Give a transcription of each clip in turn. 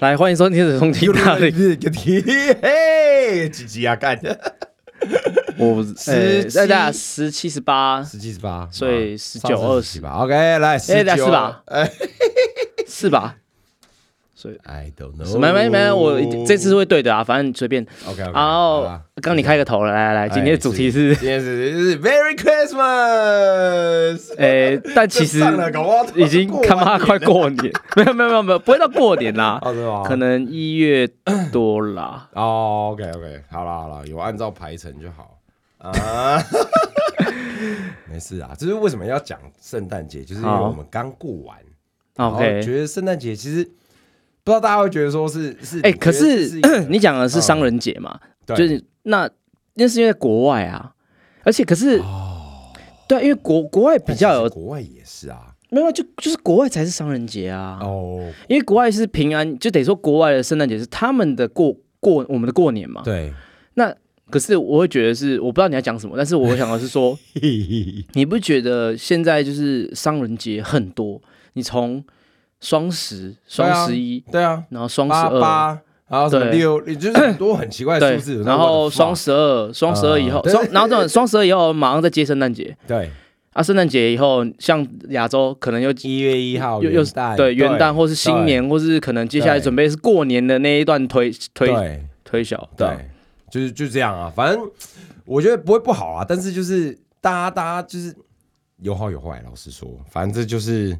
来，欢迎收听《子通听大力》，日个题，嘿，几集啊？干我十呃，大家十七十八，十七十八，所以19 20吧。OK，来十哎来九是吧哎是吧？ ，I don't know，没没没，我一定这次是会对的啊，反正随便。 OK，然后刚你开个头了，来来来，今天的主题是，哎今天是是 Merry Christmas，呃，但其实哎这上了搞不好已经他妈快过年，没有没有没有没有，不会到过年啦， 哦，真的吗？可能一月多啦。哦，OK OK，好了好了，有按照排程就好 啊。没事啊，这是为什么要讲圣诞节，就是因为好我们刚过完，然后 OK，哦觉得圣诞节其实不知道大家会觉得说是是，哎，你觉得可是一个 嗯你讲的是商人节嘛？对就是那那是因为国外啊，而且可是对啊，因为国国外比但较其实有国外也哦是啊，没有，就就是国外才是商人节啊。哦，因为国外是平安，就得说国外的圣诞节是他们的过过我们的过年嘛。对， 那可是我会觉得是，我不知道你要讲什么，但是我想的是 说，你不觉得现在就是商人节很多？你从双十、双十一，对啊，然后双十八二，八，然后什么对六，就是很多很奇怪的对数字，，然后双十十二、双十二以后，对双然后这种双十二以后马上再接圣诞节对啊，圣诞节以后像亚洲可能又一月一号又又是旦对元旦或是新年，或是可能接下来哎对准备是过年的那一段推推对推销，对啊对，就是就这样啊。反正我觉得不会不好啊，但是就是大家大家就是有好有坏。老实说，反正这就是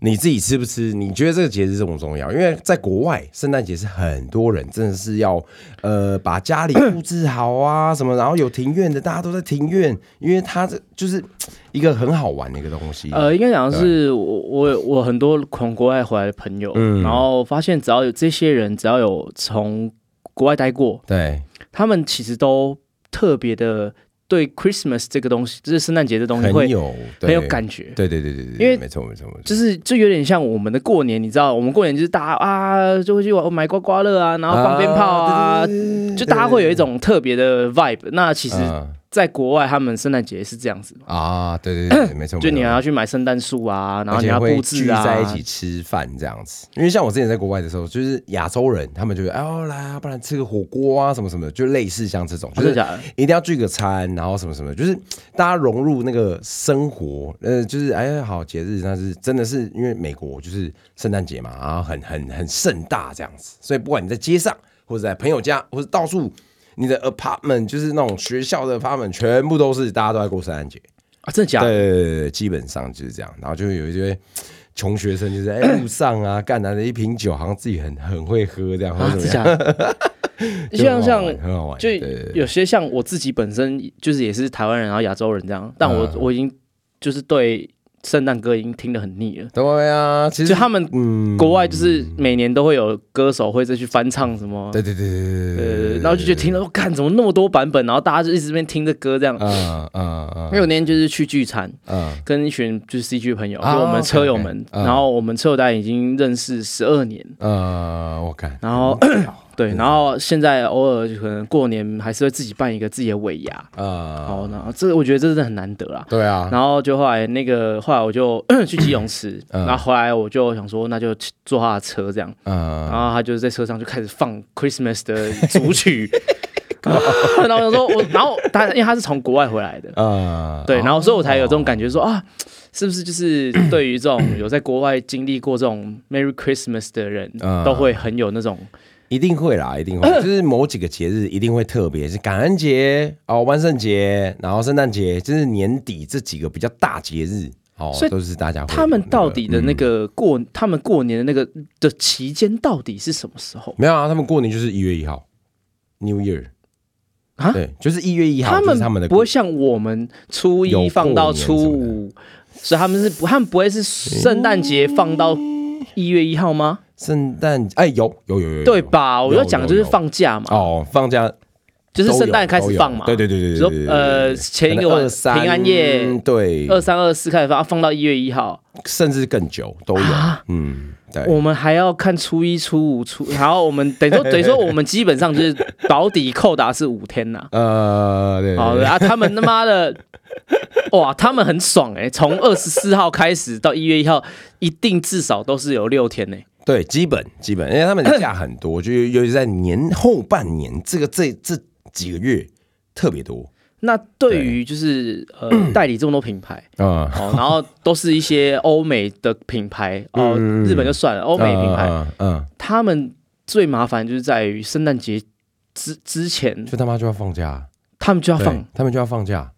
你自己吃不吃，你觉得这个节日重不重要？因为在国外，圣诞节是很多人真的是要呃把家里布置好啊什么，然后有庭院的大家都在庭院，因为它这就是一个很好玩的一个东西。呃，应该讲的是我我有我很多从国外回来的朋友，嗯然后发现只要有这些人，只要有从国外待过，对，他们其实都特别的对 Christmas 这个东西，就是圣诞节这东西很会有很有。对感觉。对对对对对，因为没错没错没错，就是就有点像我们的过年，你知道，我们过年就是大家啊，就会去玩买刮刮乐啊，然后放鞭炮啊，对，对对对就大家会有一种特别的 vibe。那其实，嗯在国外他们圣诞节是这样子嘛，啊，对对 对，没错，就你没错还要去买圣诞树啊，然后而你且要会布置啊，聚在一起吃饭这样子。因为像我之前在国外的时候，就是亚洲人，他们就会哎呦来啊，不然吃个火锅啊什么什么的，就类似像这种，就哦真的是假的一定要聚个餐，然后什么什么的，就是大家融入那个生活，呃，就是哎好节日，但是真的是因为美国就是圣诞节嘛，然后很很很盛大这样子，所以不管你在街上，或者在朋友家，或者到处。你的 apartment 就是那种学校的 apartment，全部都是大家都在过圣诞节，啊，真的假的？对对对对，基本上就是这样。然后就有一些穷学生，就是哎路上啊，干拿着一瓶酒，好像自己很很会喝这样，或啊，者真怎的么样假的？就很像好像玩很好玩，就对对对有些像我自己本身就是也是台湾人，然后亚洲人这样，但我、嗯我已经就是对圣诞歌已经听得很腻了。对啊，其就实他们嗯国外就是每年都会有歌手会再去翻唱什么，对对对对对对呃对，，然后就觉得听了，看怎么那么多版本，然后大家就一直在那边听着歌这样。嗯嗯因为我那天就是去聚餐，嗯跟一群就是 CG 朋友，就啊我们 OK，车友们，嗯然后我们车友大概已经认识十二年，嗯，我看然后 对，然后现在偶尔就可能过年还是会自己办一个自己的尾牙，啊，哦，然后这个我觉得这真的很难得啦。对啊，然后就后来那个后来我就去基隆吃，嗯然后后来我就想说那就坐他的车这样，然嗯，后他就在车上就开始放 Christmas 的组 曲，然后然后我想说我，然后他因为他是从国外回来的，嗯，对，然后所以我才有这种感觉说啊，哦是不是就是对于这种有在国外经历过这种 Merry Christmas 的人嗯，都会很有那种一定会 啦，一定会，就是某几个节日一定会特别，是感恩节哦，万圣节，然后圣诞节，就是年底这几个比较大节日哦所，以都是大家会有那个、他们到底的那嗯个过，他们过年的那个的期间到底是什么时候？没有啊？他们过年就是一月一号，New Year 啊对，就是一月一号，他就们是他们的不会像我们初有过一年放到初五，所以他们是不，他们不会是圣诞节放到一月一号吗？圣诞哎有有有有有对吧？我要讲的就是有有放假嘛。哦放假就是都有圣诞开始放嘛，都有对对对比对如说对对，呃前一个晚三平安夜对，二三二四开始放，放到一月一号，甚至更久都有啊，嗯，对，我们还要看初一、初五、初，然后我们等于说等于说我们基本上就是保底扣打是五天呐、呃，对，对好对的啊，他们他妈 的，哇，他们很爽哎、从二十四号开始到一月一号，一定至少都是有六天欸呢、对，基本基本，因为他们的假很 多，就尤其在年后半年这个这这几个月特别多那对于就是呃嗯代理这么多品牌 啊，哦，然后都是一些欧美的品牌哦，嗯日本就算了，欧欧美品牌，嗯，他们最麻烦就是在于圣诞节之之前，就他妈就要放假，他们就要对放，他们就要放假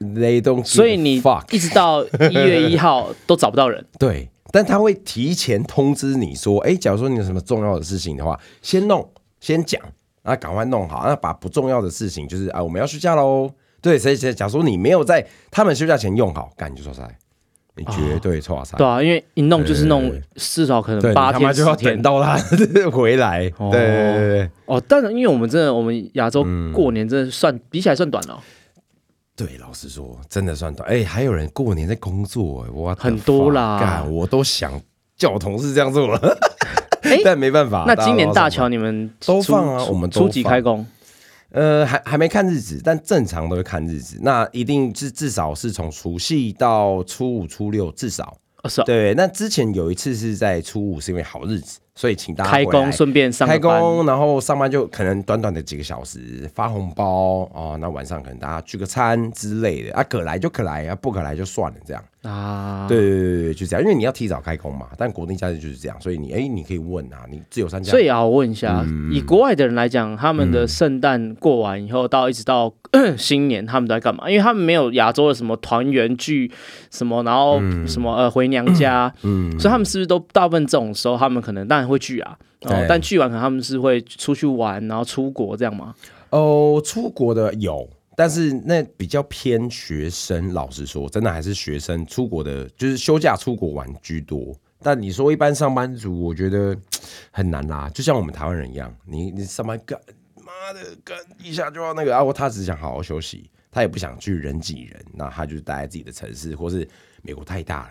，they don't，give a 所以你 fuck 一直到一月一号都找不到 人，对，但他会提前通知你说，哎，假如说你有什么重要的事情的话，先弄，先讲，啊，赶快弄好，那把不重要的事情，就是啊，我们要休假喽。对，所以所以假如说你没有在他们休假前用好，干你就错塞，你绝对错塞。对啊，因为一弄就是对弄对对至少可对，能你八他妈天就十要天等。到他回来。对哦对对对对哦，但是因为我们真的，我们亚洲嗯过年真的算、比起来算短了哦、对，老实说，真的算短。哎、还有人过年在工作、哎，我很多啦干，我都想叫我同事这样做了，哎 但没办法。那大家今年都要大上班桥你们都初放啊初我们都初几放开工？呃，还还没看日子，但正常都会看日子。那一定是至少是从除夕到初五、初六，至少哦，是哦对。那之前有一次是在初五，是因为好日子，所以请大家开回来工顺便上个开班工，然后上班就可能短短的几个小时发红包哦。那晚上可能大家聚个餐之类的啊，可来就可来啊，不可来就算了这样。啊。对对对对对，就这样，因为你要提早开工嘛。但国定假日就是这样，所以你哎，你可以问啊，你自由参加。所以啊，我问一下，嗯以国外的人来讲，他们的圣诞过完以后，到一直到 新年，他们都在干嘛？因为他们没有亚洲的什么团圆剧，什么然后嗯什么、呃回娘 家，所以他们是不是都大部分这种时候，他们可能当然会聚啊，哦对，但聚完可能他们是会出去玩，然后出国这样吗？哦，出国的有，但是那比较偏学生。老实说，真的还是学生出国的，就是休假出国玩居多。但你说一般上班族，我觉得很难啦，就像我们台湾人一样，你你上班干妈的干一下就要那个啊，我他只想好好休息，他也不想去人挤人，那他就是待在自己的城市，或是美国太大了。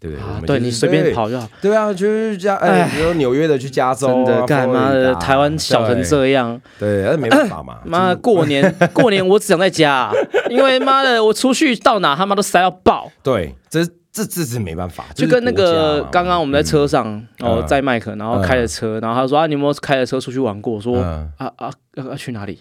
对不对？我啊们，对就是你随便。跑就好。对对啊，就是加哎，比如说纽约的去加州真啊，的干佛罗妈里的，达台湾小成这样，对，对那没办法嘛。 妈的过 年过年我只想在家啊、因为妈的我出去到哪他妈都塞到爆，对，这这这是没办法，就跟那个刚刚我们在车上，然后嗯在麦克，然后开着车，然后他说啊你有没有开着车出去玩过？我说嗯 啊啊啊啊去哪里？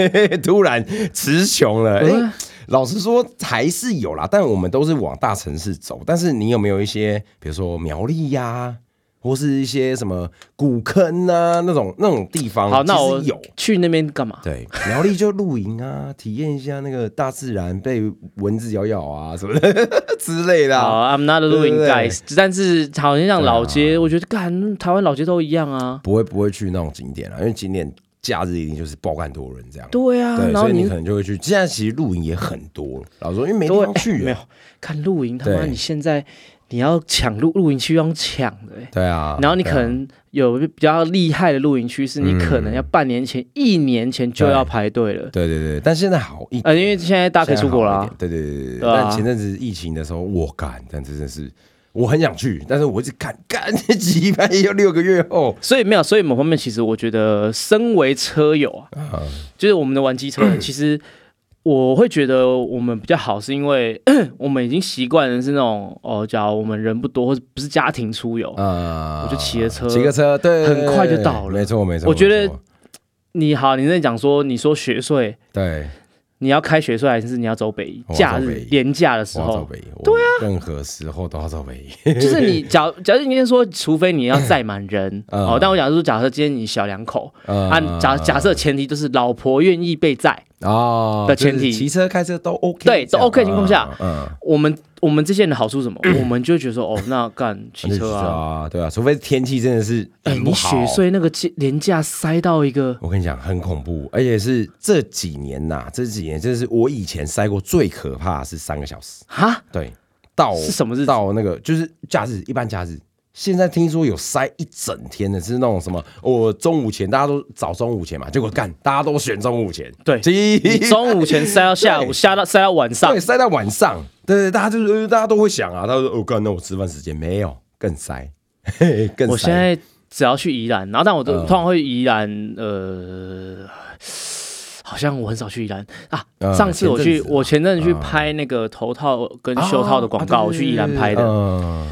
在突然词穷了。哎、嗯老实说还是有啦，但我们都是往大城市走。但是你有没有一些，比如说苗栗呀、或是一些什么古坑啊那种那种地方？好，那其实我 有。去那边干嘛？对，苗栗就露营啊，体验一下那个大自然被蚊子咬咬啊什么的 之类的、啊。好，I'm not a 对 doing 对啊对 guys，但是好像像老街，我觉得干台湾老街都一样啊。不会不会去那种景点啊，因为景点假日一定就是爆干多人这样。对啊，对，然后所以你你可能就会去。现在其实露营也很多，老实说，因为没地对，方去、啊没有看露营，他妈对你现在你要抢露露营区用抢的、欸，对啊，然后你对啊嗯可能有比较厉害的露营区，是你可能要半年前、一年前就要排队了，对对对，但现在好一，呃，因为现在大家可以出国了、啊现在好一点对对对对对。对啊但前阵子疫情的时候，我干，但真的是我很想去，但是我一直干干 几百要六个月后，所以没有，所以某方面其实我觉得，身为车友啊，就是我们的玩机车 人，其实我会觉得我们比较好，是因为 我们已经习惯的是那种哦，假如我们人不多，或者不是家庭出游，呃，我就骑个车骑个车，对，很快就到了没错没错，我觉得没错你好，你在讲说，你说学税。对，你要开学出来，还是你要走北移我？要假走北日宜连假的时我要走 候，北，对啊，任何时候都要走北。就是你假假设今天说，除非你要载满人 嗯哦，但我讲说，假设今天你小两口啊啊，假假设前提就是老婆愿意被载，哦的前提就是骑车开车都 OK，对都这样 OK 的情况下嗯，嗯我们我们这些人的好处是什 么？我们就会觉得说，哦，那 干骑车啊，啊，对啊，除非天气真的是哎，很不你好雪隧那个街廉价塞到一个，我跟你讲，很恐怖，而且是这几年呐、这几年真的是我以前塞过最可怕的是三个小时，哈，对，到是什么日子到那个就是假日，一般假日现在听说有塞一整天的，是那种什么？我、中午前大家都早中午前嘛，结果干大家都选中午前， 对鸡你中 午前塞到下午，对塞到塞到晚上对，，塞到晚上，对对，大家就是呃大家都会想啊，他说哦干，那我吃饭时间没有，更塞， 嘿嘿更我现塞。在只要去宜兰，然后但我都嗯通常会宜兰，呃，好像我很少去宜兰啊嗯。上次我去，前阵子啊我前阵子去拍那个头套跟袖套的广告，啊我去宜兰拍的，嗯，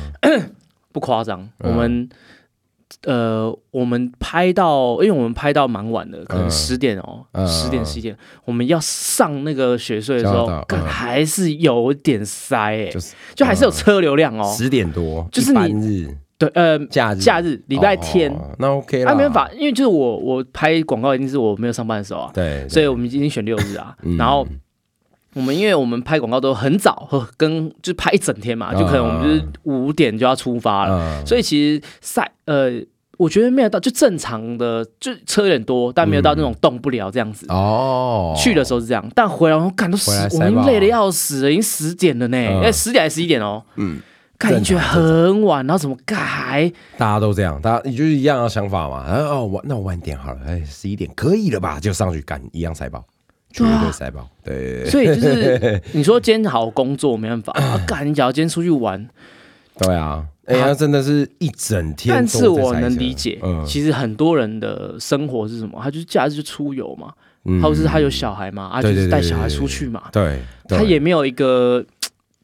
不夸张。我们呃，我们拍到，因为我们拍到蛮晚的，可能嗯十点哦，嗯十点嗯十一点，我们要上那个雪隧的时交流候道，干嗯还是有点塞哎就，是嗯就还是有车流量哦。十点多，就是一你般日对，呃，假日假日礼拜天哦那 OK 啦，啊，没办法，因为就是我我拍广告一定是我没有上班的时候啊，对，对，所以我们已经选六日啊。嗯然后我们因为我们拍广告都很早，呵跟就拍一整天嘛，嗯就可能我们就是五点就要出发了，嗯所以其实赛呃，我觉得没有到就正常的，就车有点多，但没有到那种动不了这样子。哦，去的时候是这样，但回来我感都十回来，我塞们已经爆啊累得要死了，已经十点了呢，嗯哎、十点还是十一点哦，嗯，感觉正常正很晚，然后怎么干还大家都这样，大家你就是一样的想法嘛。然后哦，晚那我晚点好了，哎，十一点可以了吧？就上去干，一样塞爆，绝对啊对塞爆。对， 所以就是你说今天好工作没办法，啊，干，你假如今天出去玩，对啊，哎呀，真的是一整天但都在塞车。是我能理解，嗯，其实很多人的生活是什么？他就是假日就出游嘛，嗯或者是他有小孩嘛，啊，就对对是对带小孩出去嘛，对，对他也没有一个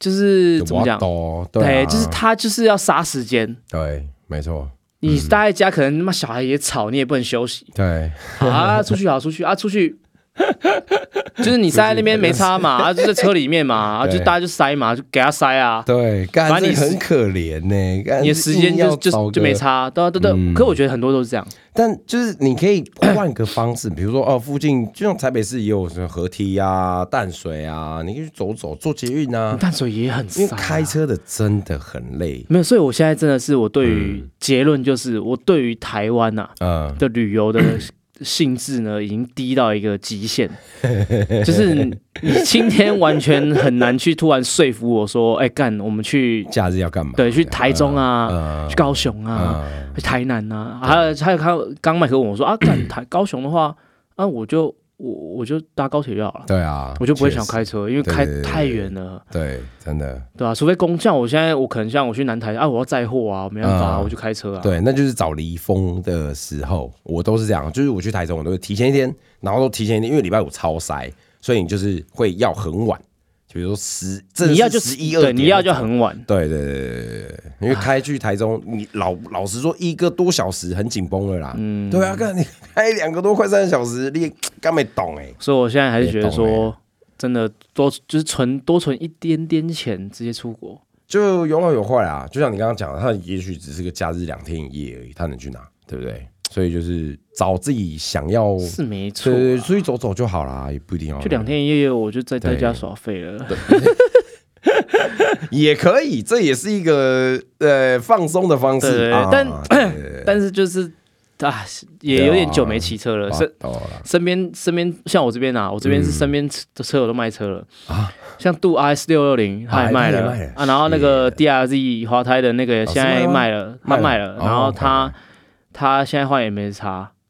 就是怎么讲，我懂对对，啊，就是他就是要杀时间。对，没错，你嗯待在家，可能他妈小孩也吵，你也不能休 息对，好啊！出去好，出去啊，出 去，就是你塞在那边没差嘛，啊，就在车里面嘛，啊，就对大家就塞嘛，就给他塞啊， 对，反干正你你很可怜呢、干你的时间硬要就就找就个没差，对啊对对。嗯可我觉得很多都是这样，但就是你可以换个方式，比如说哦，附近就像台北市也有什么河堤啊、淡水啊，你可以去走走，坐捷运啊。淡水也很因塞为啊。开车的真的很累，没有，所以我现在真的是我对于结论就是，我对于台湾呐、嗯，的旅 游的兴致呢，已经低到一个极 限，就是你今天完全很难去突然说服我说，哎、干，我们去假日要干嘛？对去台中啊，嗯去高雄啊，嗯去台南啊，还有还有刚刚麦克问我说啊，干台高雄的话，啊，我就我我就搭高铁就好了。对啊，我就不会想确实，开车，因为开对对对对太远了，对，真的，对啊，除非公像我现在，我可能像我去南台啊，我要载货啊，没办法啊，嗯我就开车啊。对，那就是找离峰的时候，我都是这样，就是我去台中，我都会提前一天，然后都提前一天，因为礼拜五超塞，所以你就是会要很晚，就比如说十，真的你是要就十一二，对，你要就很晚。对对对对对对，因啊为开去台中，你老老实说，一个多小时很紧绷了啦。嗯，对啊， 看你开两个多快三个小时，你干没懂哎、所以我现在还是觉得也懂欸说，真的多就是存多存一点点钱，直接出国。就有好有坏啊。就像你刚刚讲的，他也许只是个假日两天一夜而已，他能去哪？对不对？所以就是找自己想要，是没错嗯对啊，对，出去走走就好啦，也不一定要就两天一夜，我就在在对家耍废了。也可以，这也是一个呃放松的方式。对对对啊、但 对对对但是就是啊，也有点久没骑车了，啊身懂了身边身边像我这边啊，我这边是身边的车友都卖车了嗯啊，像杜 RS 六六零他也卖了啊他也卖了哦啊，然后那个 DRZ 滑胎的那个现在是吗卖了，他卖卖了了，然后哦他他现在换也没差。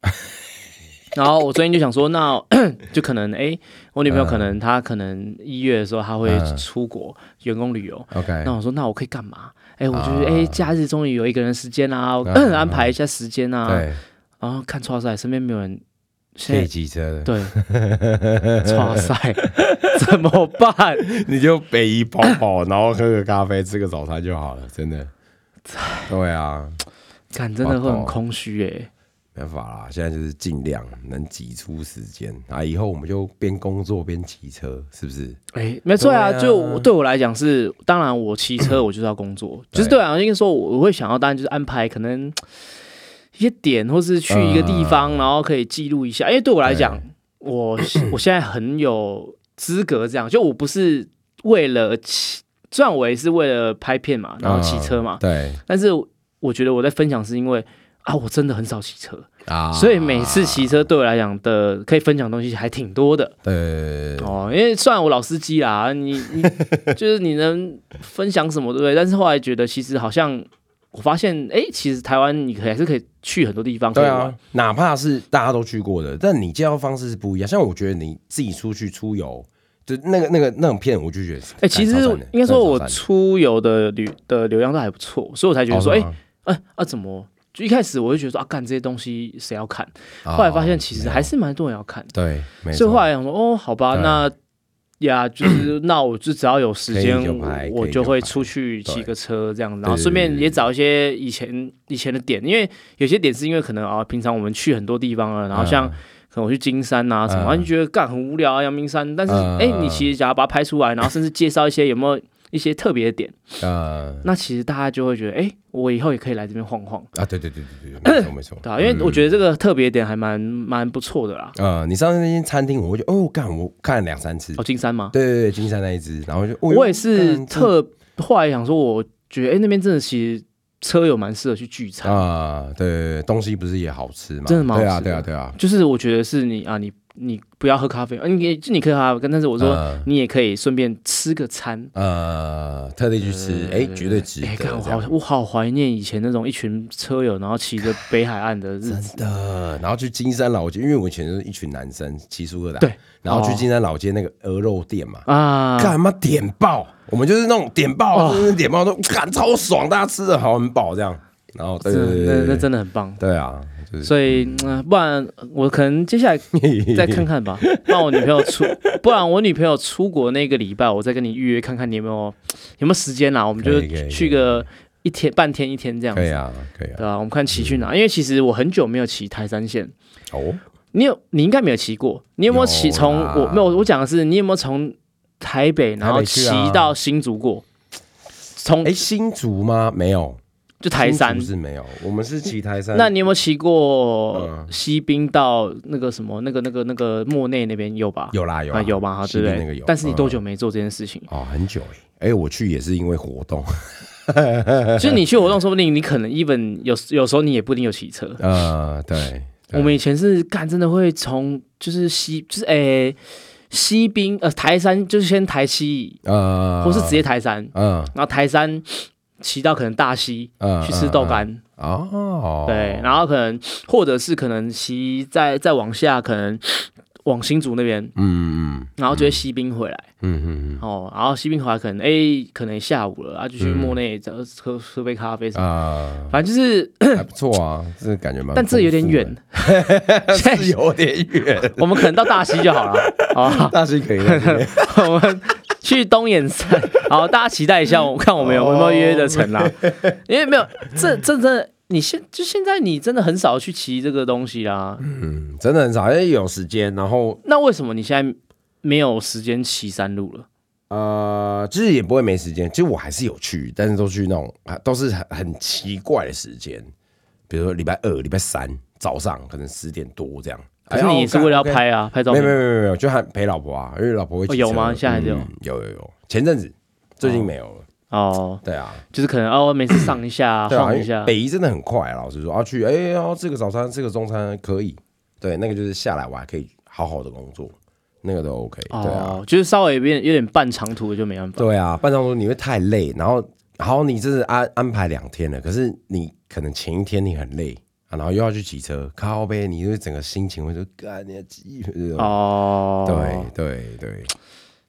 然后我最近就想说，那 就可能哎，我女朋友可能她可能一月的时候她会嗯出国员工旅游， ，OK，那我说那我可以干嘛？哎，我觉啊得哎假日终于有一个人时间啦，我嗯 安排一下时间啊，对。然后看超赛身边没有人，现可以在骑车的，对超赛怎么 办？你就北一跑跑，然后喝个咖啡，吃个早餐就好了，真的。对啊，感真的会哇很靠空虚哎、没办法啦，现在就是尽量能挤出时间啊。以后我们就边工作边骑车，是不是？哎、没错啊，对啊就我对我来讲是，当然我骑车我就是要工作，就是对啊，应该说我我会想要，当然就是安排可能一些点，或是去一个地嗯方，然后可以记录一下。因为哎对我来讲，我我现在 很有资格这样，就我不是为了骑，虽然我也是为了拍片嘛，然后哦骑车嘛，嗯对但是我觉得我在分享是因为啊，我真的很少骑车，啊，所以每次骑车对我来讲的可以分享的东西还挺多的对哦。因为虽然我老司机 啦，你你就是你能分享什么对不对？但是后来觉得其实好像我发现，哎、其实台湾你可以还是可以去很多地方可以对玩。啊，哪怕是大家都去过的，但你介绍方式是不一样。像我觉得你自己出去出游，就那个那个那种片，我就觉得是，哎哎、其实应该说我出游的旅的流量都还不错，所以我才觉得哦说，哎、哎、啊怎么？就一开始我就觉得说啊，干这些东西谁要看？哦后来发现其实还是蛮多人要看，对，所没以错后来想说，哦，好吧，对那呀，就是那我就只要有时间可以就拍，我可以就就会拍出去骑对个车这样，然后对对顺便对也找一些以前以前的点，因为有些点是因为可能啊，平常我们去很多地方了，然后像。可能我去金山啊什么，嗯然后就觉得干很无聊啊，阳明山。但是嗯哎、嗯你其实只要把它拍出来，然后甚至介绍一些有没有一些特别的点，呃那其实大家就会觉得，哎、我以后也可以来这边晃晃，啊，对对对对对，没错没错，对啊，因为我觉得这个特别点还蛮蛮不错的啦。呃，你上次那间餐厅，我会觉得哦，干，我看了两三次哦，，金山吗？对对对，金山那一只，然后就哦我也是干这特后来想说，我觉得哎、诶那边真的其实车友蛮适合去聚餐，啊，对对对，东西不是也好吃吗？真的蛮好对啊吃的对啊对啊，就是我觉得是你啊，你你不要喝咖啡，啊、你也就你可以喝咖啡，但是我说嗯你也可以顺便吃个餐。呃，特地去吃，哎，绝对值哎得，这干我样好我好怀念以前那种一群车友，然后骑着北海岸的日子。 真的，然后去金山老街，因为我以前就是一群男生骑苏格兰，对，然后去哦金山老街那个鹅肉店嘛，啊，干嘛点爆？我们就是那种点爆，真的点爆都干超爽，大家吃的好很饱这样，然后对真的对那对那对，真的很棒。对啊，就是所以、嗯不然我可能接 下来再看看吧。让我女朋友出，不然我女朋友出国那个礼拜，我再跟你预约看看你有没有有没有时间啦。我们就可以可以去个一天半天一天这样可以子，啊，可以啊，对啊？我们看骑去哪，因为其实我很久没有骑台山线。哦，你有你应该没有骑过，你有没有骑有啦从我没有我讲的是你有没有从台北然后台北去骑啊到新竹过？从、哎，新竹吗？没有，就台山新竹，是没有，我们是骑台山，那你有没有骑过嗯西滨到那个什么那个那个那个莫内那边有吧？有啦有啊啦有吧？哈西对边不那个对有？但是你多嗯久没做这件事 情？哦，很久哎，哎，我去也是因为活动， 就是你去活动，说不定你可能 even 有有时候你也不一定有骑车。呃，对，我们以前是干真的会从就是西就是诶、西滨呃台山就是先台西，呃，或是直接台山，嗯然后台山骑到可能大溪嗯去吃豆干，哦，对，然后可能或者是可能骑再再往下可能往新竹那边，嗯嗯然后就会西滨回来、嗯嗯哦，然后西滨回来可能哎可能下午了，然后就去莫内再喝喝杯咖啡什嗯么， 啊，反正就是还不错啊，这感觉蛮，但这有点远，，欸现在 是有点 远，我们可能到大溪就 好了，好吧，那是可以 的。我们去东眼山，好，大家期待一下，我看我哦们有有没有约得成 啦，因为没有，这这真的，你现就现在你真的很少去骑这个东西啦，嗯真的很少，因为有时间，然后那为什么你现在没有时间骑山路了？呃，就是也不会没时间。其实我还是有去，但是都去那种啊都是很很奇怪的时间，比如说礼拜二、礼拜三早上，可能十点多这样。可哎是你也是为了要拍啊，拍照没有片没有没有没有，就还陪老婆啊，因为老婆会骑哦有吗车现在还是有嗯有有有，前阵子最近没有了。哦，对啊，就是可能哦，每次上一下对啊，晃一因为下，北移真的很快啊，老实说，要去哎，然后吃个早餐，吃个中餐可以，对，那个就是下来我还可以好好的工作，那个都 OK，对啊，哦，就是稍微有点有点半长途的就没办法。对啊，半长途你会太累，然后好你这是安安排两天了，可是你可能前一天你很累。啊、然后又要去骑车，靠呗，你就整个心情会说，干你要骑，这种哦，对对对，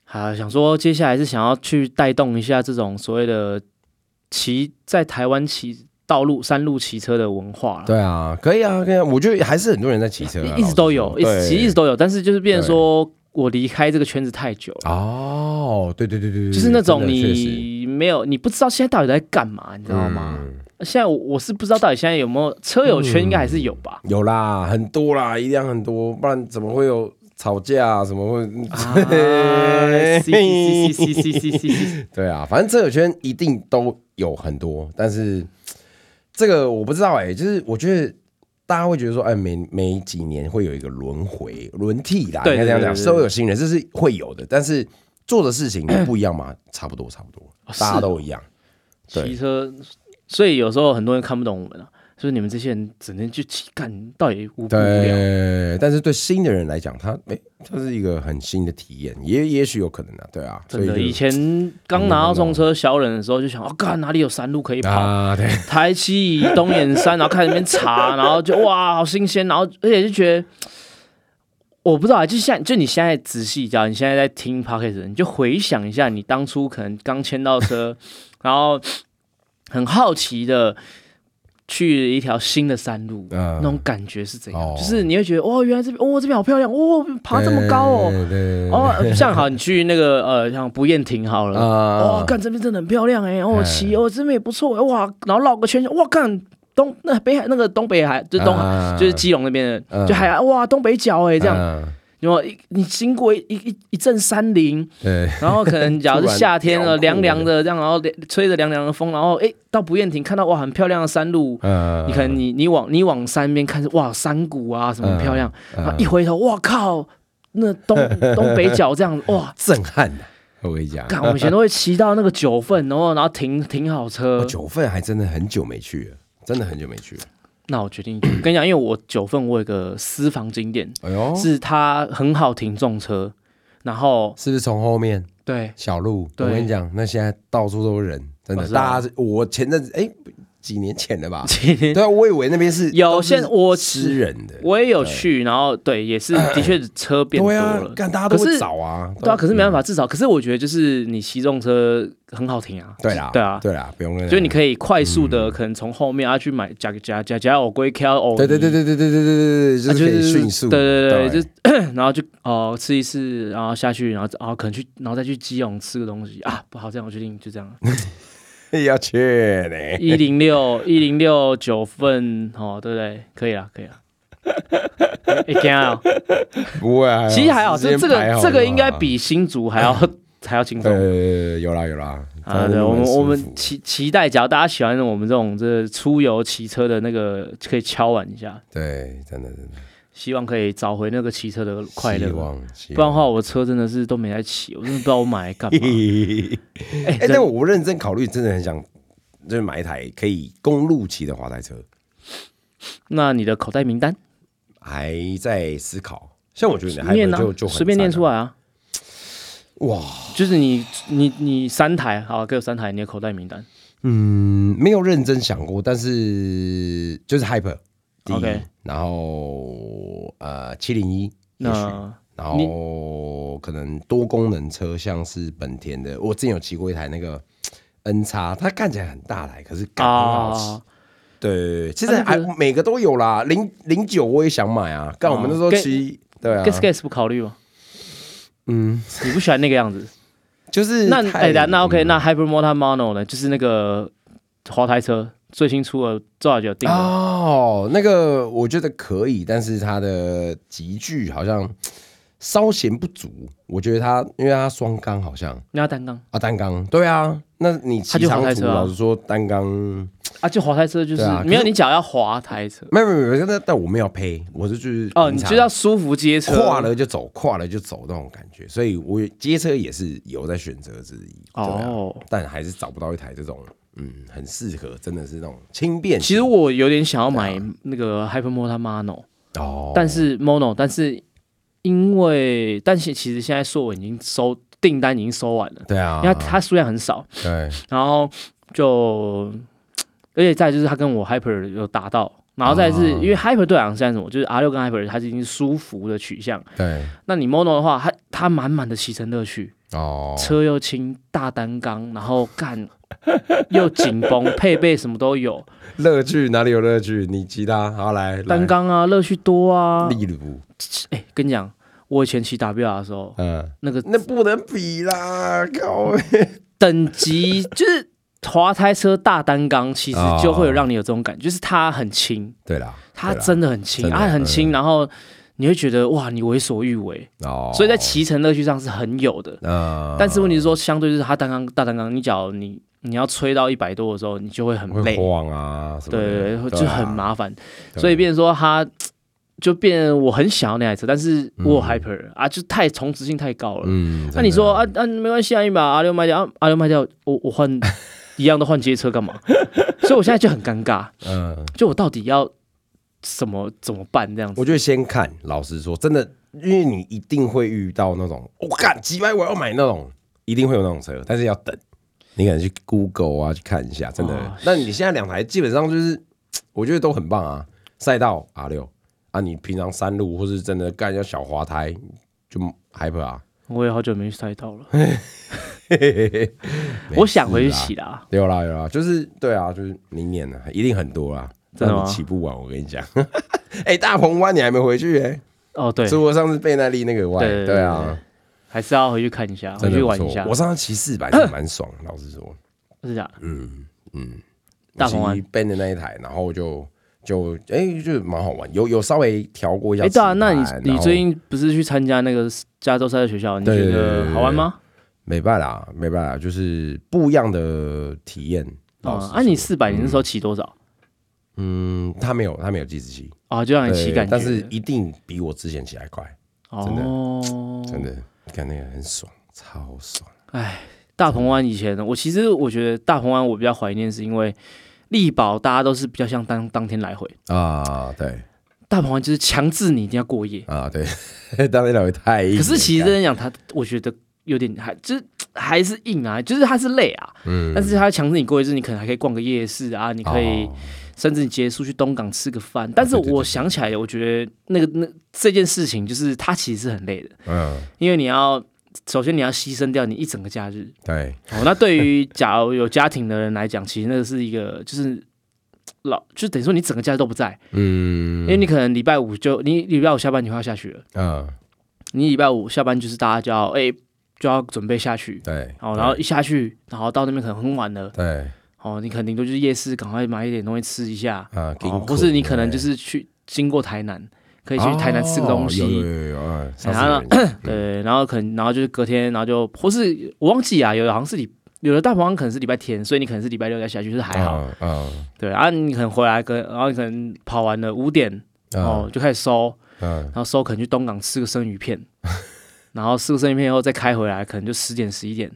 好，想说接下来是想要去带动一下这种所谓的骑在台湾骑道路山路骑车的文化了。对啊，可以啊，可以啊，我觉得还是很多人在骑车啊、一直都老有，实一说直其实一直都有，但是就是变成说我离开这个圈子太久了，哦，对对对对对，就是那种真的确实你没有，你不知道现在到底在干嘛，你知道吗？嗯现在我我是不知道到底现在有没有车友圈，应该还是有吧。有啦，很多啦，一定很多，不然怎么会有吵架、啊？怎么会？啊，C C C C C C C，对啊，反正这个圈一定都有很多，但是这个我不知道哎、就是我觉得。大家会觉得说，哎，每每几年会有一个轮回、轮替啦，对应该这样讲，对对对都有新人，这是会有的。但是做的 事情不一样嘛，差不多，差不多，是哦大家都一样。对骑车，所以有时候很多人看不懂我们啊。就是你们这些人整天去乞干，到底无不无聊？对，但是对新的人来讲，他哎，他是一个很新的体验，也也许有可能啊，对啊，真所的，以以就嗯前刚拿到重车小忍的时候，就想，哦，干哪里有山路可以跑？ 啊，对，台七以东眼山，然后开始那边查，然后就哇，好新鲜，然后而且就觉得，我不知道啊，就现在就你现在仔细讲，你现在在听 podcast，的人你就回想一下你当初可能刚签到车，然后很好奇的去一条新的山路，嗯那种感觉是怎样？哦就是你会觉得哦，原来这边哦这边好漂亮，哦爬这么高哦。对，对哦，像好，你去那个呃，像不夜亭好了，哦啊，，干这边真的很漂亮哎、哦哎骑哦这边也不错哎、哇，然后绕个圈圈，哇干东那北海那个东北海就东、啊就是基隆那边的、嗯就海岸哇东北角哎、这样，样，然后一你经过一一一一阵山林，对，然后可 能假如突是然夏天辽了阔凉凉的这样，然后凉吹着凉凉的风，然后哎、到不夜亭看到哇很漂亮的山路。嗯，你可能你你往你往山边看是哇山谷啊什么很漂亮，嗯然后一回头哇靠那 东东北角这样哇震撼的，我跟你讲，干，我们以前都会骑到那个九份，然后然后停停好车我。哦九份还真的很久没去了，真的很久没去了。那我决定去，跟你讲，因为我九份我有个私房景点，哎呦，是它很好停重车，然后是不是从后面对小路？我对哦啊跟你讲，那现在到处都是人，真我的。知道？大家，我前阵子哎，几年前了吧 今天对啊，我以为那边是有都是现我吃人的，我也有去，然后对，也是的确车变多对啊了，，干大家都可会是找啊，对啊，可是没办法，至少可是我觉得就是你骑重车很好停啊，对啦，对啊。对啦，不用跟人就你可以快速的，可能从后面啊去买假假假假偶龟 K 偶，对对对对对对对对对，就啊是可以迅速，对对对对，就 然后就哦、吃一次，然后下去，然后然后可能去，然后再去基隆吃个东西啊，不好，这样我决定就 这样，要去呢。一零六一零六九份哦，对不对？可以啦，可以 啦。一天啊，不会啊，其实还好，时这间这排个好这个了应该嘛比新竹还 要还要轻松呃有啦有啦啊！对，我们我们期期待，只要大家喜欢我们这种这出游骑车的那个，可以敲碗一下，对真的真的希望可以找回那个骑车的快乐希。望希不然的望。 话，我车真的是都没在骑，我真的不知道我买来干嘛。哎、哎，真但我认真考虑，真的很想就是买一台可以公路骑的滑台车，那你的口袋名单还在思考。像我觉得你还念就就很随便念赞出啊来啊。哇，就是你你你三台，好，给我三台你的口袋名单。嗯，没有认真想过，但是就是 Hyper 第一 OK 然后呃七零一，也许那啊然后可能多功能车，像是本田的，我之前有骑过一台那个 N 叉，它看起来很大台，可是感很好骑。啊，对，其实啊那还个每个都有啦，零零九我也想买啊，干我们那时候嗯跟骑，对啊 guess，guess 不考虑吗？嗯，你不喜欢那个样子？ 就是那太哎，那那 OK，那 Hyper Motor Mono 呢？就是那个滑台车最新出的，多少就有定了。哦，那个我觉得可以，但是它的集距好像稍显不足，我觉得它因为它双缸好像你要单杠啊单缸，对啊，那你骑它就长滑胎途，车啊老实说单缸。啊，就滑台车就是对啊可是没有你脚要滑台车没有没有没有，但但我们要配，我是就是哦，平你常就要舒服街车跨了就走，跨了就走那种感觉，所以我街车也是有在选择之一。对啊，哦。但还是找不到一台这种嗯很适合，真的是那种轻便其型。实我有点想要买那个 Hyper Motor Mono，啊哦，但是 Mono，但是因为但是其实现在硕文已经收订单已经收完了，对啊，因为它它数量很少，对然后就而且再就是它跟我 Hyper 有达到，然后再是、啊因为 Hyper 对讲现在什么，就是 R 六跟 Hyper 它是已经舒服的取向，对那你 Mono 的话，它它满满的骑乘乐趣，哦，车又轻，大单缸，然后干又紧绷，配备什么都有，乐趣哪里有乐趣？你吉他好来来单缸啊，乐趣多啊，例如哎、跟你讲，我以前骑 WR 的时候，嗯，那个那不能比啦， 靠！等级就是滑胎车大单缸，其实就会有让你有这种感觉，就是它很轻，哦对啦，它对啦真的很轻，真的它很嗯轻，然后你会觉得哇，你为所欲为，哦，所以在骑乘乐趣上是很有的。呃，但是问题是说，相对就是它单缸大单缸，你假如你你要吹到一百多的时候，你就会很会累，晃啊什么对的，对对，啊就很麻烦，对所以变成说它。就变成我很想要那台车，但是我有 hyper、啊，就太重置性太高了。嗯，那你真的说啊啊，没关系啊，你把阿六卖掉，啊阿六卖掉，我我换一样都换街车干嘛？ 所以我现在就很尴尬，嗯，就我到底要什么怎么办这样子？我觉得先看，老实说，真的，因为你一定会遇到那种，我干几百我要买那种，一定会有那种车，但是要等，你可能去 Google 啊去看一下，真的。哦那你现在两台基本上就是，我觉得都很棒啊，赛道 R 六啊，你平常山路或是真的干一下小滑胎就 hyper 啊，我也好久没去赛 道了，嘿嘿嘿没我想回去事啦骑啦。有啦有啦，就是对啊，就是明年啊，一定很多啦，真的吗但你起步晚，我跟你讲。 哎、大鹏湾你还没回去哎、哦，对，除了上次贝奈利那个外，对对对对啊，还是要回去看一下，回真去的不玩错一下。我上次骑四百 是蛮爽，老实说，是假的，嗯嗯，大鹏湾骑 Ben 的那一台，然后就就哎、就蛮好玩，有有稍微调过一下哎，棋对啊，盘。那然你你后最近不是去参加那个加州赛的学校？你对觉对对对得对好玩吗？没办啦，没办啦，就是不一样的体验。老啊实，啊，你说四百，你那时候骑多少？嗯，他没有他没有计时器，啊，就让你骑对感觉，但是一定比我之前骑还快。真的哦，真的，你看那个很爽，超爽。大鹏湾以前，我其实我觉得大鹏湾我比较怀念，是因为力宝大家都是比较像当当天来回，啊，对大鹏湾就是强制你一定要过夜。啊，对， 当然老会太硬了。可是其实干真的讲，他我觉得有点还就是还是硬啊，就是他是累啊，嗯但是他强制你过夜，就是你可能还可以逛个夜市啊，你可以哦甚至你结束去东港吃个饭。但是对对对我想起来，我觉得那个那这件事情就是它其实是很累的，嗯，因为你要首先你要牺牲掉你一整个假日，对，哦，那对于假如有家庭的人来讲，其实那个是一个就是老，就等于说你整个假日都不在，嗯因为你可能礼拜五就你礼拜五下班你就要下去了，嗯，你礼拜五下班就是大家就要哎、就要准备下去，对，哦，然后一下去，然后到那边可能很晚了，对哦，你可能顶多就是夜市赶快买一点东西吃一下，啊，哦，或是你可能就是去经过台南，可可以去台南吃个东西，哦有有嗯有有，嗯上次然后有人对，然后可能，然后就是隔天，然后就或是我忘记啊，有的好像是礼，有的大鹏可能是礼拜天，所以你可能是礼拜六再下去，就是还好。，嗯对啊，你可能回来跟，然后你可能跑完了五点嗯哦，就开始收，嗯然后收可能去东港吃个生鱼片，然后吃个生鱼片以后再开回来，可能就十点十一点，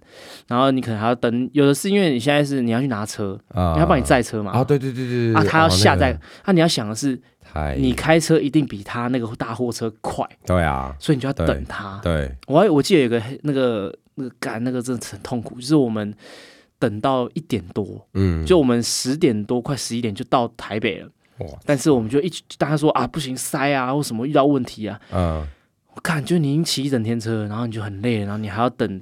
然后你可能还要等，有的是因为你现在是你要去拿车，嗯，你要帮你载车嘛。啊，对对对对啊，他要下载，，对啊，你要想的是，哦那个太你开车一定比他那个大货车快，对啊，所以你就要对等他。对，我还我记得有个黑那个那个干那个真的很痛苦，就是我们等到一点多，嗯，就我们十点多快十一点就到台北了，哇，但是我们就一直大家说啊不行塞啊或什么遇到问题啊，嗯我感觉你已经骑一整天车了，然后你就很累了，然后你还要等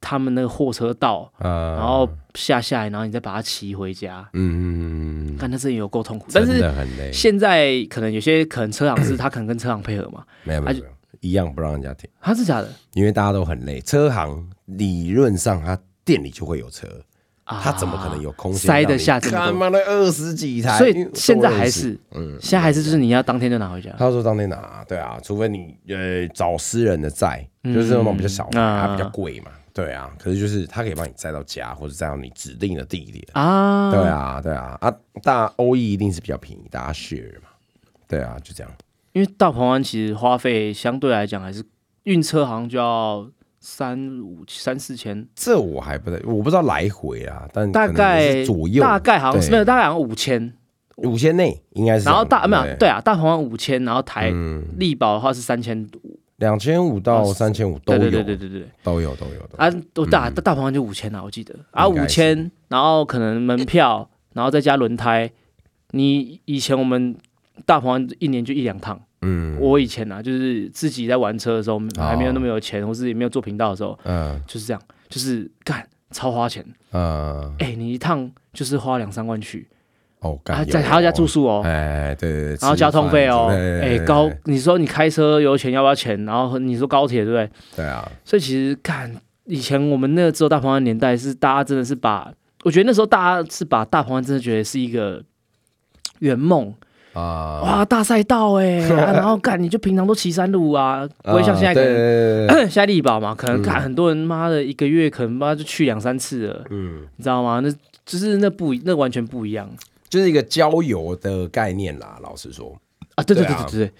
他们那个货车到，嗯，然后下下来，然后你再把它骑回家，嗯嗯嗯嗯，干那真的有够痛苦，但真是。的很累，现在可能有些可能车行是他可能跟车行配合嘛，没有没有没有，一样不让人家停。他、啊、是假的因为大家都很累。车行理论上，他店里就会有车，啊，他怎么可能有空间塞得下这么多他妈的二十几台，所因以为现在还都认识。是，嗯现在还是就是你要当天就拿回家。他说当天拿，对啊，除非你呃找私人的载，就是那种比较小的，啊它比较贵嘛，对啊。可是就是他可以帮你载到家，或者载到你指定的地点，啊，对啊，对啊啊。大欧意一定是比较便宜，大家 share 嘛，对啊，就这样。因为大鹏湾其实花费相对来讲还是运车好像就要三五三四千，这我还不太，我不知道来回啊，但大可能也概是左右，大概好像是对没有，大概好像五千，五千内应该是这然样。后大没有对对啊，大鹏湾五千，然后台嗯，力宝的话是三千五，两千五到三千五都对有，对对对对对，都有都有都有。啊，都大大鹏湾就五千了，我记得啊嗯应五该是千，然后可能门票，然后再加轮胎，你以前我们大鹏湾一年就一两趟。嗯，哦我以前啊，就是自己在玩车的时候，还没有那么有钱，或是也没有做频道的时候，嗯就是这样，就是干超花钱。嗯，哎、你一趟就是花两三万去，哦，啊，干在还要加住，宿有哦，哎，对对对，然后交通费哦，吃饭哎、对对高对，你说你开车油钱要不要钱？然后你说高铁对不对？对啊，所以其实干以前我们那个只有大鹏湾年代，是大家真的是把，我觉得那时候大家是把大鹏湾真的觉得是一个圆梦，啊，哇，大赛道哎、 啊然后干你就平常都骑山路啊，不会像现在啊可对嗯能对对对 现在力宝嘛，可能看很多人妈的一个月可能妈就去两三次了，嗯，你知道吗？那就是那不一那完全不一样就是一个郊游的概念啦。老实说，啊！对对对对啊对对，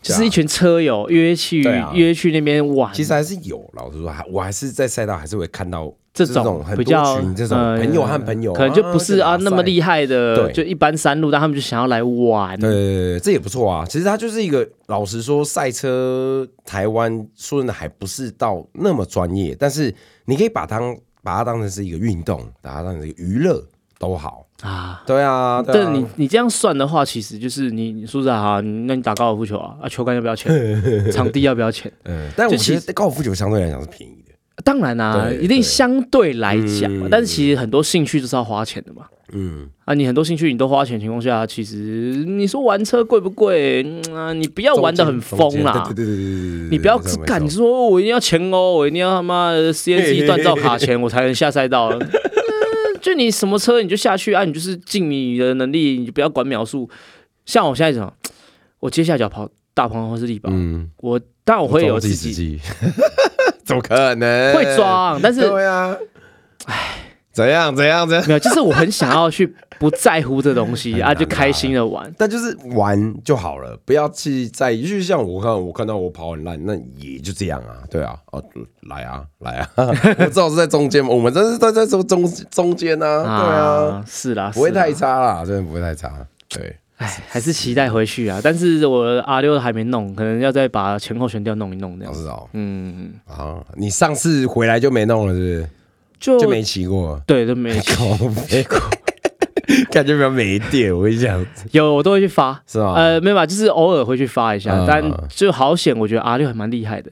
就是一群车友约去、对啊约去那边玩，啊其实还是有，老实说，还我还是在赛道还是会看到这这种种很比多较群这种呃朋友和朋友可能就不是啊啊这那个打么赛厉害的，对就一般山路，但他们就想要来玩。对对对，这也不错啊。其实它就是一个，老实说，赛车台湾说真的还不是到那么专业，但是你可以把它当把它当成是一个运动，把它当成一个娱乐都好。啊。对啊，对啊但你你这样算的话，其实就是你你说实在哈，你那你打高尔夫球啊，啊球杆要不要 钱？场地要不要钱？嗯，但我就其觉得高尔夫球相对来讲是便宜的。当然啊，对一定对相对来讲嘛，嗯但是其实很多兴趣就是要花钱的嘛。嗯，啊，你很多兴趣你都花钱的情况下，其实你说玩车贵不贵？嗯啊，你不要玩的很疯啊啦。中间对对对对对对对，你不要这只样没敢错说，哦我一定要前欧，我一定要他妈的 CNC 锻造卡钳，我才能下赛道。嗯 就你什么车你就下去啊，你就是尽你的能力，你就不要管秒数。像我现在怎么，我接下来就要跑大鹏或是力宝，嗯，我当然我会有自自己己己， 怎么可能会？装，但是对啊，怎样怎样怎样？没有，就是我很想要去不在乎这东 西啊，就开心的玩。但就是玩就好了，不要去在意。就是像我看，我看到我跑很烂，那也就这样啊，对啊，哦、就来啊，来啊， 我至少是在中间嘛，我们真的是在在中中中间啊，对啊，，是啦，不会是啦太差啦，真的不会太差，对，唉，还是期待回去啊。但是我阿六还没弄，可能要再把前后悬吊弄一弄这老样。师哦，嗯，啊，你上次回来就没弄了，是不是？就就没骑过，对都 没靠背，感觉比较没电，我跟你讲，有，我都会去发。是吗？呃，没有吧，就是偶尔会去发一下，嗯但就好险，我觉得阿六还蛮厉害的，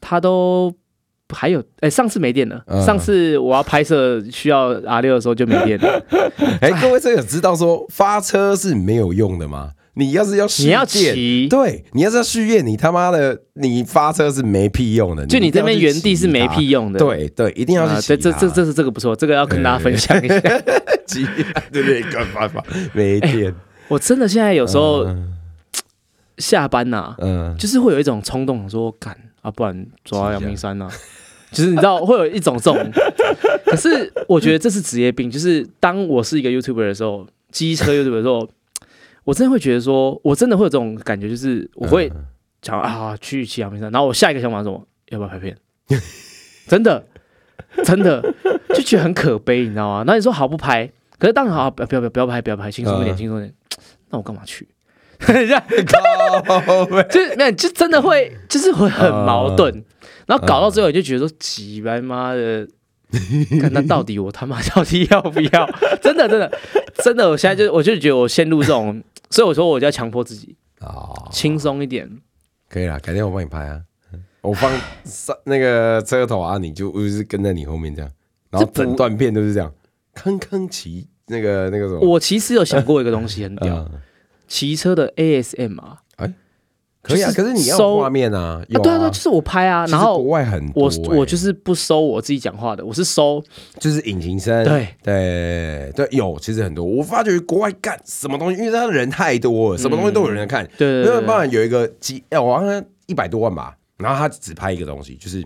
他都还有，哎、上次没电了，嗯上次我要拍摄需要阿六的时候就没电 了，哎、各位车友知道说发车是没有用的吗？你要是要蓄你要电骑对，你要是要蓄电，你他妈的你发车是没屁用的，就你一定这要边去原骑地是没它屁用的，对对，一定要啊，去骑对，这它、这这是这个不错，这个要跟大家分享一下。骑， 对对，没办法，没 电，我真的现在有时候下班呐、嗯， 就是会有一种冲动，想说干啊，不然走到阳明 山呐、啊就是你知道会有一种 这种，可是我觉得这是职业病。就是当我是一个 YouTuber 的时候，机车 YouTuber 的时候，我真的会觉得说，我真的会有这种感觉，就是我会嗯想啊，去骑阳明山，然后我下一个想法是什么？要不要拍片？ 真的，真的就觉得很可悲，你知道吗？那你说好不拍，可是当然好，不要不要不要拍，不要拍，轻松一点，嗯轻松一点。那我干嘛去？ 等一下，靠背就是没有，就真的会，嗯就是会很矛盾，然后搞到最后你就觉得说，奇白妈的，看那到底我他妈到底要不要？ 真的，真的，真的，我现在就我就觉得我陷入这种，所以我说我就要强迫自己哦，轻松一点。可以啦，改天我帮你拍啊，我放上那个车头啊，你就就是跟在你后面这样，然后这不整段片都是这样，坑坑骑那个那个什么，我其实有想过一个东西很屌，嗯哎骑车的 ASM 啊，可以啊，就是可是你要收有画面啊，有对啊对啊，就是我拍啊，其实然后国外很多我欸我就是不收我自己讲话的，我是收就是引擎声，对对对有，其实很多。我发觉国外干什么东西，因为他人太多了，什么东西都有人在看。对对没对有对办法有一个机，哎，我好像一百多万吧，然后他只拍一个东西，就是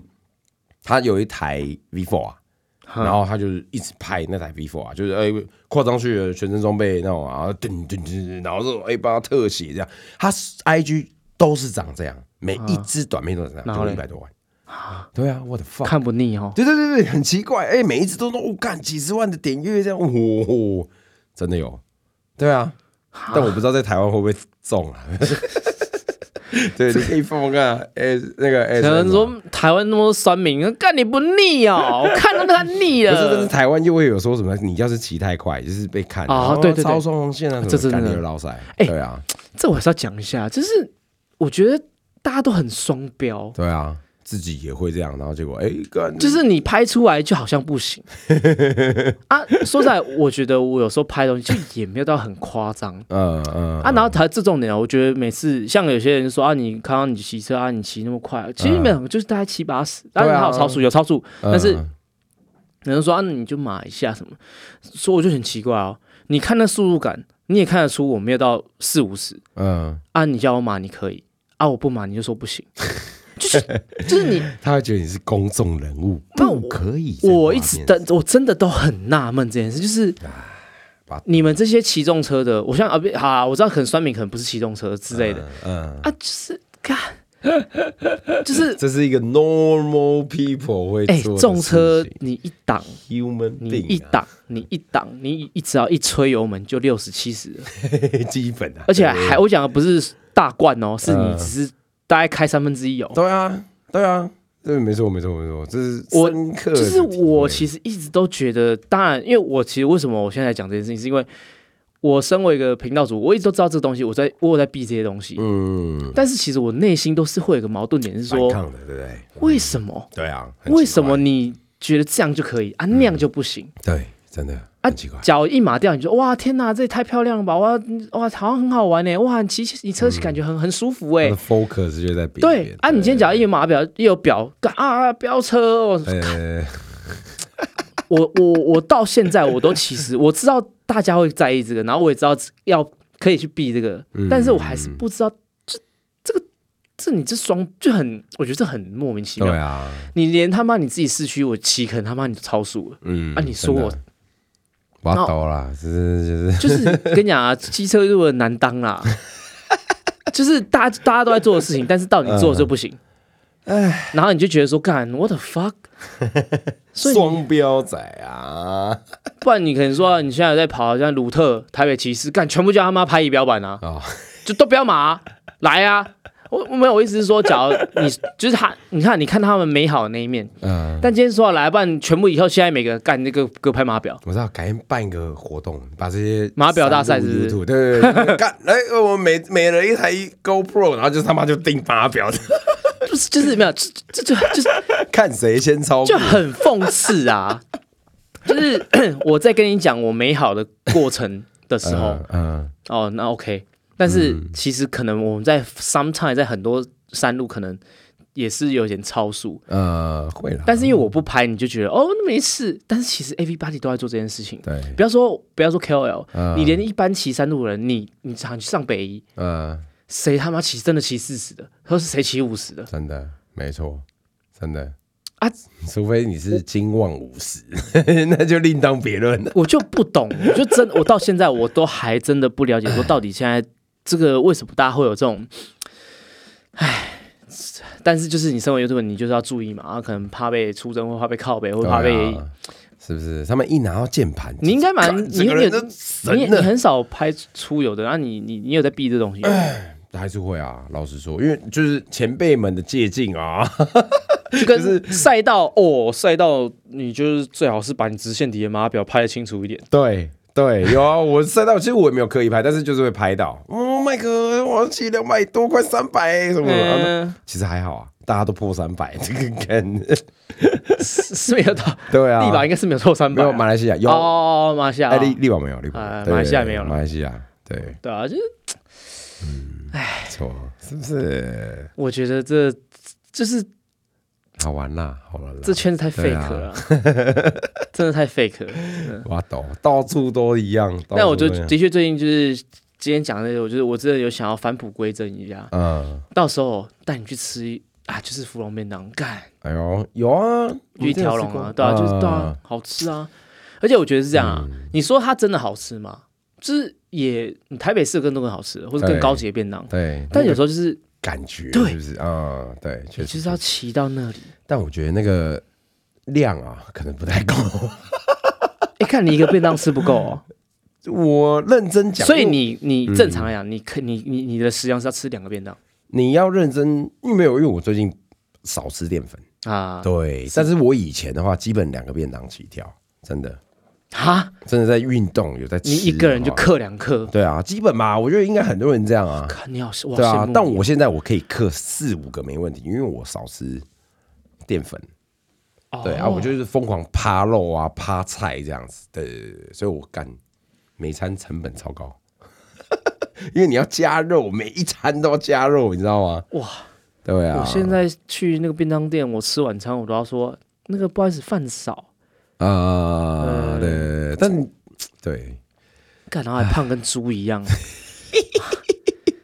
他有一台 V4 啊。然后他就是一直拍那台 V4 啊，就是哎扩张去的全身装备那种啊，噔噔噔，然后这种哎帮他特写这样，他 IG 都是长这样，每一支短片都是这啊然样，后都嘞一百多万。对啊，我的 fuck！看不腻哦。对对对对，很奇怪，哎、每一次都弄，哦干、几十万的点阅这样，哦哦，真的有，对啊，但我不知道在台湾会不会中啊。 对，你可以放放看，哎、那个，哎、可能说台湾那么多酸民，干你不腻 哦？我看到他腻不是，但了是。台湾又会有说什么，你要是骑太快，就是被看啊然后对对对超双黄线啊，这什真么的干你老塞，哎对啊，这我还是要讲一下，就是我觉得大家都很双标，对啊，自己也会这样，然后结果，哎、干，就是你拍出来就好像不 行啊。说实在，我觉得我有时候拍东西就也没有到很夸张嗯嗯啊。然后他这重点啊，我觉得每次像有些人说啊，你看到你骑车啊，你骑那么快，其实没有，就是大概七八十，当然对啊他有超速，有超速，嗯但是嗯有人说啊，那你就码一下什么，所以我就很奇怪哦。你看那速度感，你也看得出我没有到四五十嗯，啊，你叫我码你可以啊，我不码你就说不行， 就是 就是你他会觉得你是公众人物，那不可以在我画一直面等，我真的都很纳闷这件事，就是把你们这些骑重车的，我像啊不好啊，我知道可能酸民可能不是骑重车之类的嗯，嗯啊，就是看 就是这是一个 normal people 会哎，做的重车事情你一档， human 你 being 一啊档，你一档，你一只要一吹油门就六十七十， 基本啊，而且对还我讲的不是大罐哦，是你嗯只是大概开三分之一哦油。对啊，对啊，对，没错，没错，没错，这是我深刻的就体会，是我其实一直都觉得，当然，因为我其实为什么我现在讲这件事情，是因为我身为一个频道主，我一直都知道这个东西，我在我有在避这些东西，嗯，但是其实我内心都是会有一个矛盾点，是反说抗的，对不对？为什么？对啊，很奇怪为什么你觉得这样就可以嗯啊，那样就不行？对，真的啊很奇怪，脚一麻掉，你就哇天哪，这也太漂亮了吧！哇哇，好像很好玩呢！哇，你骑你车嗯感觉很、很舒服他哎的。focus 就在别对啊，你今天脚一有码表一有表，干啊飙车哦！ 呃，我我我到现在我都其实我知道大家会在意这个，然后我也知道要可以去避这个，嗯但是我还是不知道这这个这你这双就很，我觉得这很莫名其对妙。啊，你连他妈你自己市区我骑，可能他妈你都超速了。嗯啊你说我真的我要抖啦，是是是是，就是跟你讲 啊，机车入很难当啦， 就是大家大家都在做的事情，但是到你做的就不行。哎，然后你就觉得说，干我的 fuck，所以双标仔啊，不然你可能说你现在在跑像鲁特、台北骑士，干全部叫他妈拍仪表板啊，哦，就都不要码、啊，来啊！我我没有，我意思是说，假如你就是他，你看你看他们美好的那一面，嗯，但今天说要来，不然全部以后现在每个干那个各拍码表，我知道，改天办一个活动，把这些码表大赛是不是删入 YouTube，对对对， 干来，我们每每人一台 GoPro，然后就他妈就定码表， 就是就是没有，这这这就就是看谁先超就过。很讽刺啊！ 就是 我在跟你讲我美好的过程的时候，嗯嗯，哦，那 OK，但是其实可能我们在 sometime 在很多山路可能也是有点超速，呃，会了，但是因为我不拍，你就觉得哦那没事，但是其实 A V body 都在做这件事情。对，不要说不要说 KOL，、嗯你连一般骑山路的人，你你想去上北一，呃，谁他妈骑真的骑四十的，或是谁骑五十的？真的，没错，真的啊，除非你是金旺五十， 那就另当别论了。我就不懂， 我就真我到现在我都还真的不了解，说到底现在这个为什么大家会有这种，唉，但是就是你身为 YouTube，你就是要注意嘛，啊，可能怕被出征，或怕被靠背，或怕被、对啊是不是？他们一拿到键盘，你应该蛮干你整个你人有都你神啊你了。很少拍出游的，然、后你你你有在避这东西吗，哎还是会啊，老实说，因为就是前辈们的借鉴 啊，就跟赛道哦，赛道你就是最好是把你直线底的码表拍的清楚一点。对 对，有啊，我赛道其实我也没有刻意拍，但是就是会拍到，哦，麦克，我要骑两百多，快三百什么的，然后嗯，其实还好啊，大家都破三百，这个跟 是是没有到 对 啊，地板应该是没有错三百没啊，有马来西亚有，哦，马来西亚哎，啊，立立宝没有，立宝哎对马来西亚没有了马来西亚对，对啊，就是。没错，是不是我觉得这就是好玩啦？好玩啦，这圈子太对 fake 啊哦了啊， 真的太 fake 了。哇，懂，到处都一样。到但我处就都一样的确最近就是今天讲的那个，我觉得我真的有想要返璞归真一下，嗯，到时候带你去吃啊，就是芙蓉便当，干哎呦，有啊，就一条龙啊，对啊，嗯就是对啊，好吃啊。而且我觉得是这样啊，你说它真的好吃吗？就是也你台北市有更多更好吃的，或者更对高级的便当，对，但那有个时候就是感觉对是不是啊？对，确你就实是。要骑到那里。但我觉得那个量啊，可能不太够。 哎，看你一个便当吃不够哦，我认真 讲，嗯所以因为你你正常来讲，你可你你你的食量是要吃两个便当你要认真，因为没有，因为我最近少吃淀粉。啊？对，但是我以前的话，基本两个便当起跳，真的，哈，真的在运动，有在吃你的话。一个人就克两克，对啊，基本吧，我觉得应该很多人这样啊。看你好，哇，对羡啊慕，但你我现在我可以克四五个没问题，因为我少吃淀粉。哦对、啊，我就是疯狂趴肉啊、趴菜这样子。对对对对，所以我干每餐成本超高， 因为你要加肉，每一餐都要加肉，你知道吗？哇，对啊，我现在去那个便当店，我吃晚餐我都要说那个不好意思饭少，呃啊，对对对，但对干，然后还胖跟猪一 样。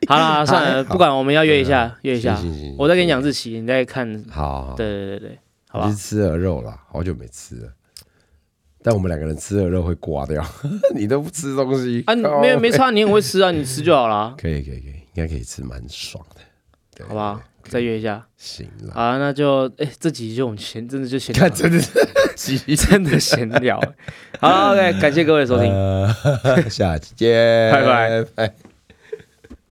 好哎啦，算了，不管，我们要约一下，约一下啊行行行。我再跟你讲日期，你再看。好，好对对对对，好我吧去。吃鹅肉啦，好久没吃了。但我们两个人吃鹅肉会挂掉， 你都不吃东西啊，你没 有没差，你很会吃啊，你吃就好啦，可以可以可以，应该可以吃蛮爽的，好吧？再约一下。行了，好啊，那就哎、这集就我们闲，真的就闲聊看，，真的是急。真的闲聊。好，OK，感谢各位的收听。 呃，下期见，拜拜拜。